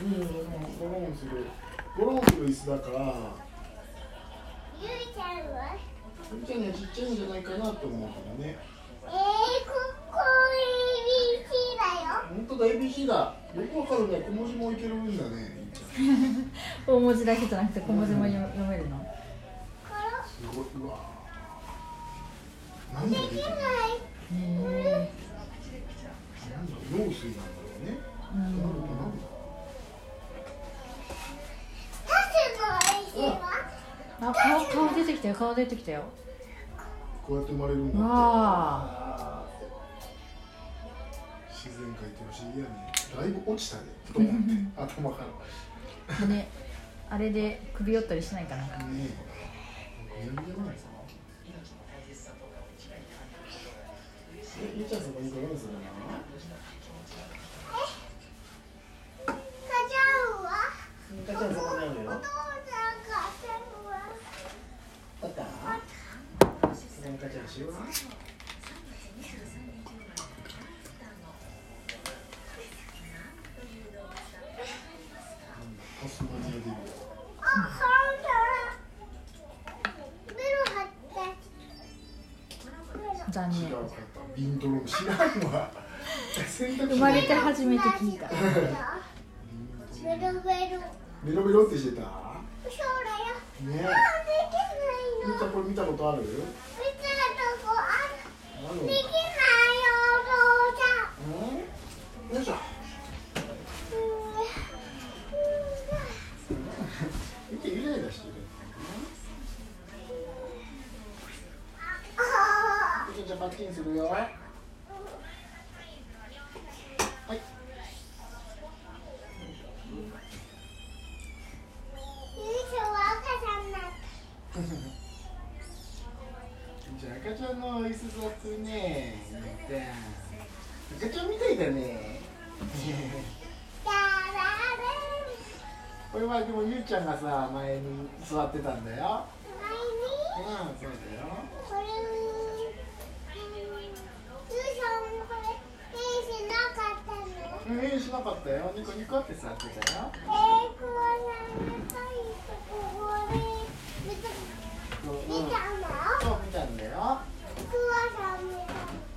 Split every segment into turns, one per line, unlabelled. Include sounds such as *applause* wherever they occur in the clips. うん、うん、ゴロンする。ゴロンする椅子だから、
ゆいちゃんは
ゆりちゃんにはちっちゃいんじゃないかなと思うからね。
えー、ここいびきだよ
本当だ、ABC だ。よくわかるね。小文字もいけるんだね、ゆりちゃん。す
大文字だけじゃなくて小文字も読めるの
これ
ごい、うわー。なんだ、ゆりちゃん。なんだ、
はい
へ
用水なんだろうね。
う
と
ん
なるとなんだ。
タスのおいしいわ
あ顔顔出てきたよ顔出てきたよ
こうやって生まれるんだって。
わあ
自然界って不思議やね。だいぶ落ちたね。と思って、頭から。
ねあれで首折ったりしないかな
ねえ、ぐやぐやなんですか。え、ゆうちゃんさんがいいかなんですかね。
カジャンは
かちゃんさんがい
お父さんがジ
るよ。
ャンは
あった。さんかちゃんしよう。タスマニアデビュー。
あ、ほんとだベロ貼って
残
違う
念
かった。ビンドローム知らんわ。洗濯機
生まれて初めて聞いた *laughs*
ベロベロ
ベロベロってしてた。
そうだよあ、でき
ねゆ
な
う
い
ちゃ
の
んこれ見たことある？
見たとこある
あ
で
る
きないよ、
うんよいしょ
お父さんうん。
見てイライラしてる
あ
じゃあじゃあパッチンするよはい
ーゆうちゃんは赤ちゃんなんだ
じゃあ赤ちゃんの椅子座ってね赤ちゃんみたいだね
だられん
これはでもゆうちゃんがさ前に座ってたんだよ
前
うん
に
そうだよ
これうんゆうちゃんもこれ手しなかったの
うん変しなかったよニコニコって座ってたよ
えーこうなんかいいとここれ見た
そう,、うん、
見たの
そう見たんだよ
クワさん見た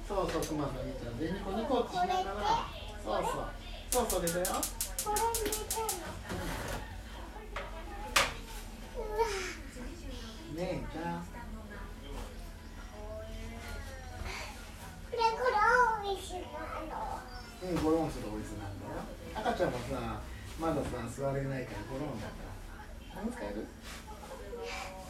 そうそうクマさん見たんでニコニコってしながらそうそうそうそれだよ
これ見たのうわ
ねえじゃあ
これこれおいしいなの
うん、ゴロンするお椅子なんだよ。赤ちゃんもさ、まださ、座れないからゴロンだから。何使える
あ